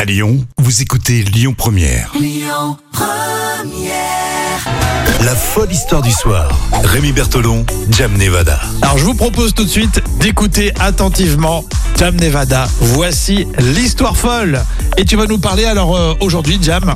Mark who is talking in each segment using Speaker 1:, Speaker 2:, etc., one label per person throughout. Speaker 1: À Lyon, vous écoutez Lyon Première. Lyon Première. La folle histoire du soir. Rémi Bertolon, Jam Nevada.
Speaker 2: Alors je vous propose tout de suite d'écouter attentivement Jam Nevada. Voici l'histoire folle. Et tu vas nous parler alors euh, aujourd'hui, Jam,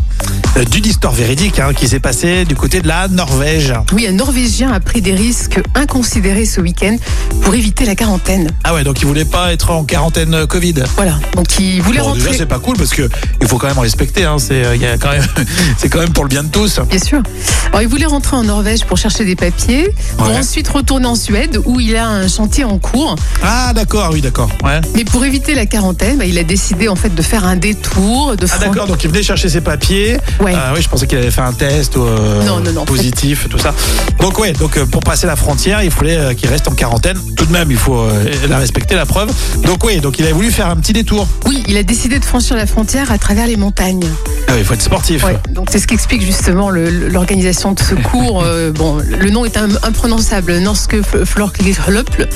Speaker 2: euh, d'une histoire véridique hein, qui s'est passée du côté de la Norvège.
Speaker 3: Oui, un Norvégien a pris des risques inconsidérés ce week-end pour éviter la quarantaine.
Speaker 2: Ah ouais, donc il voulait pas être en quarantaine euh, Covid.
Speaker 3: Voilà. Donc il voulait
Speaker 2: Bon, déjà
Speaker 3: rentrer.
Speaker 2: c'est pas cool parce que il faut quand même respecter. Hein, c'est euh, il y a quand même c'est quand même pour le bien de tous.
Speaker 3: Bien sûr. Alors, il voulait rentrer en Norvège pour chercher des papiers, pour
Speaker 2: Ouais.
Speaker 3: ensuite retourner en Suède où il a un chantier en cours.
Speaker 2: Ah d'accord, oui d'accord. Ouais.
Speaker 3: Mais pour éviter la quarantaine, bah, il a décidé en fait de faire un détour, de
Speaker 2: Ah
Speaker 3: fran-
Speaker 2: d'accord, donc il venait chercher ses papiers.
Speaker 3: Ouais.
Speaker 2: Ah oui, je pensais qu'il avait fait un test euh,
Speaker 3: Non, non, non.
Speaker 2: positif, tout ça. Donc ouais, donc euh, pour passer la frontière, il fallait euh, qu'il reste en quarantaine. Tout de même, il faut euh, la respecter, la preuve. Donc oui, donc il a voulu faire un petit détour.
Speaker 3: Oui, il a décidé de franchir la frontière à travers les montagnes.
Speaker 2: Ah oui, il faut être sportif.
Speaker 3: Ouais, donc c'est ce qu'explique justement le- le- l'organisation de ce cours. Euh, bon, le nom est im- imprononçable. Norske Florkløpl.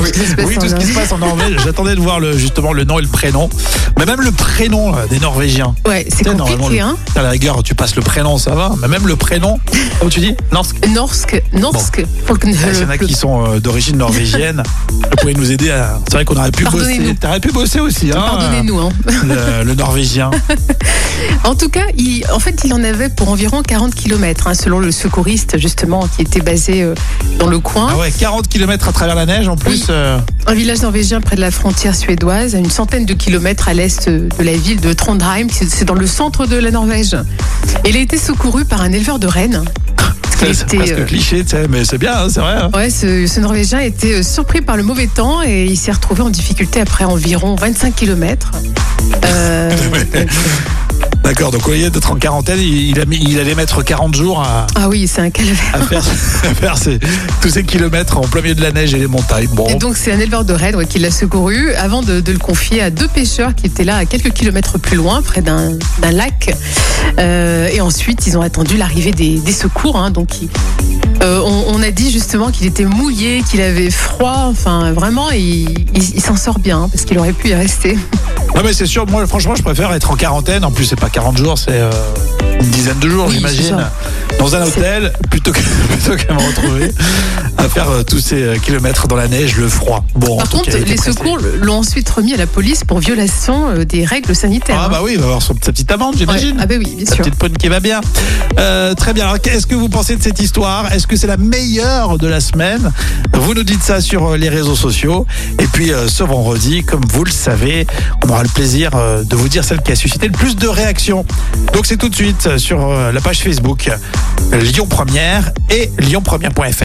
Speaker 2: oui,
Speaker 3: qui se passe
Speaker 2: oui,
Speaker 3: en
Speaker 2: tout ce qui se
Speaker 3: Norvège.
Speaker 2: passe en Norvège. J'attendais de voir le, justement le nom et le prénom. Mais même le prénom là, des Norvégiens.
Speaker 3: Ouais, c'est
Speaker 2: Tu sais, normalement,
Speaker 3: compliqué, hein.
Speaker 2: À la rigueur, tu passes le prénom, ça va. Mais même le prénom, comme tu dis, non,
Speaker 3: Norsk, Norsk, Folkenhøl.
Speaker 2: Ah, Il y en a qui sont euh, d'origine norvégienne. Vous pouvez nous aider à. C'est vrai qu'on aurait pu bosser.
Speaker 3: Pardonnez-nous.
Speaker 2: T'aurais pu bosser aussi, hein, euh,
Speaker 3: Pardonnez-nous. hein.
Speaker 2: le, le norvégien.
Speaker 3: En tout cas, il, en fait, il en avait pour environ 40 km, selon le secouriste, justement, qui était basé euh, dans le coin.
Speaker 2: Ah ouais, 40 km à travers la neige en plus.
Speaker 3: Oui.
Speaker 2: euh,
Speaker 3: Un village norvégien près de la frontière suédoise, à une centaine de kilomètres à l'est euh, de la ville de Trondheim. C'est c'est dans le centre de la Norvège. Et il a été secouru par un éleveur de rennes. Parce qu'il
Speaker 2: c'est c'est
Speaker 3: était,
Speaker 2: presque
Speaker 3: euh,
Speaker 2: cliché, tu sais, mais c'est bien, hein, c'est vrai. hein.
Speaker 3: Ouais, ce, ce Norvégien était euh, surpris par le mauvais temps et il s'est retrouvé en difficulté après environ Euh, 25 km.
Speaker 2: D'accord, donc au lieu d'être en quarantaine, il, il a mis- il allait mettre 40 jours à,
Speaker 3: ah oui, c'est un calvaire.
Speaker 2: à faire, à faire ses- tous ces kilomètres en plein milieu de la neige et les montagnes. Bon,
Speaker 3: Et donc c'est un éleveur de rennes ouais, qui l'a secouru avant de, de le confier à deux pêcheurs qui étaient là à quelques kilomètres plus loin, près d'un d'un lac. Euh, et ensuite ils ont attendu l'arrivée des, des secours. hein, donc ils- euh, on, on a dit justement qu'il était mouillé, qu'il avait froid. Enfin vraiment, il, il- il s'en sort bien hein, parce qu'il aurait pu y rester.
Speaker 2: non, mais c'est sûr, moi franchement, je préfère être en quarantaine. En plus, c'est pas 40 jours, c'est euh, une dizaine de jours,
Speaker 3: Oui, c'est
Speaker 2: j'imagine.
Speaker 3: ça.
Speaker 2: Dans un
Speaker 3: C'est-
Speaker 2: hôtel, plutôt que- plutôt qu'à me retrouver à faire euh, tous ces euh, kilomètres dans la neige, le froid. Bon, en
Speaker 3: Par
Speaker 2: tout
Speaker 3: contre,
Speaker 2: cas, il était
Speaker 3: les
Speaker 2: pressé.
Speaker 3: secours l'ont ensuite remis à la police pour violation euh, des règles sanitaires.
Speaker 2: Ah,
Speaker 3: hein.
Speaker 2: bah oui, il va avoir son- sa petite amende,
Speaker 3: Ouais.
Speaker 2: j'imagine.
Speaker 3: Ah bah oui, bien
Speaker 2: La
Speaker 3: sûr.
Speaker 2: petite poune qui va bien. Euh, très bien. Alors, qu'est-ce que vous pensez de cette histoire Est-ce que c'est la meilleure de la semaine Vous nous dites ça sur euh, les réseaux sociaux. Et puis, euh, ce vendredi, comme vous le savez, on aura le plaisir euh, de vous dire celle qui a suscité le plus de réactions. Donc, c'est tout de suite euh, sur euh, la page Facebook Lyon Première et lyonpremière.fr.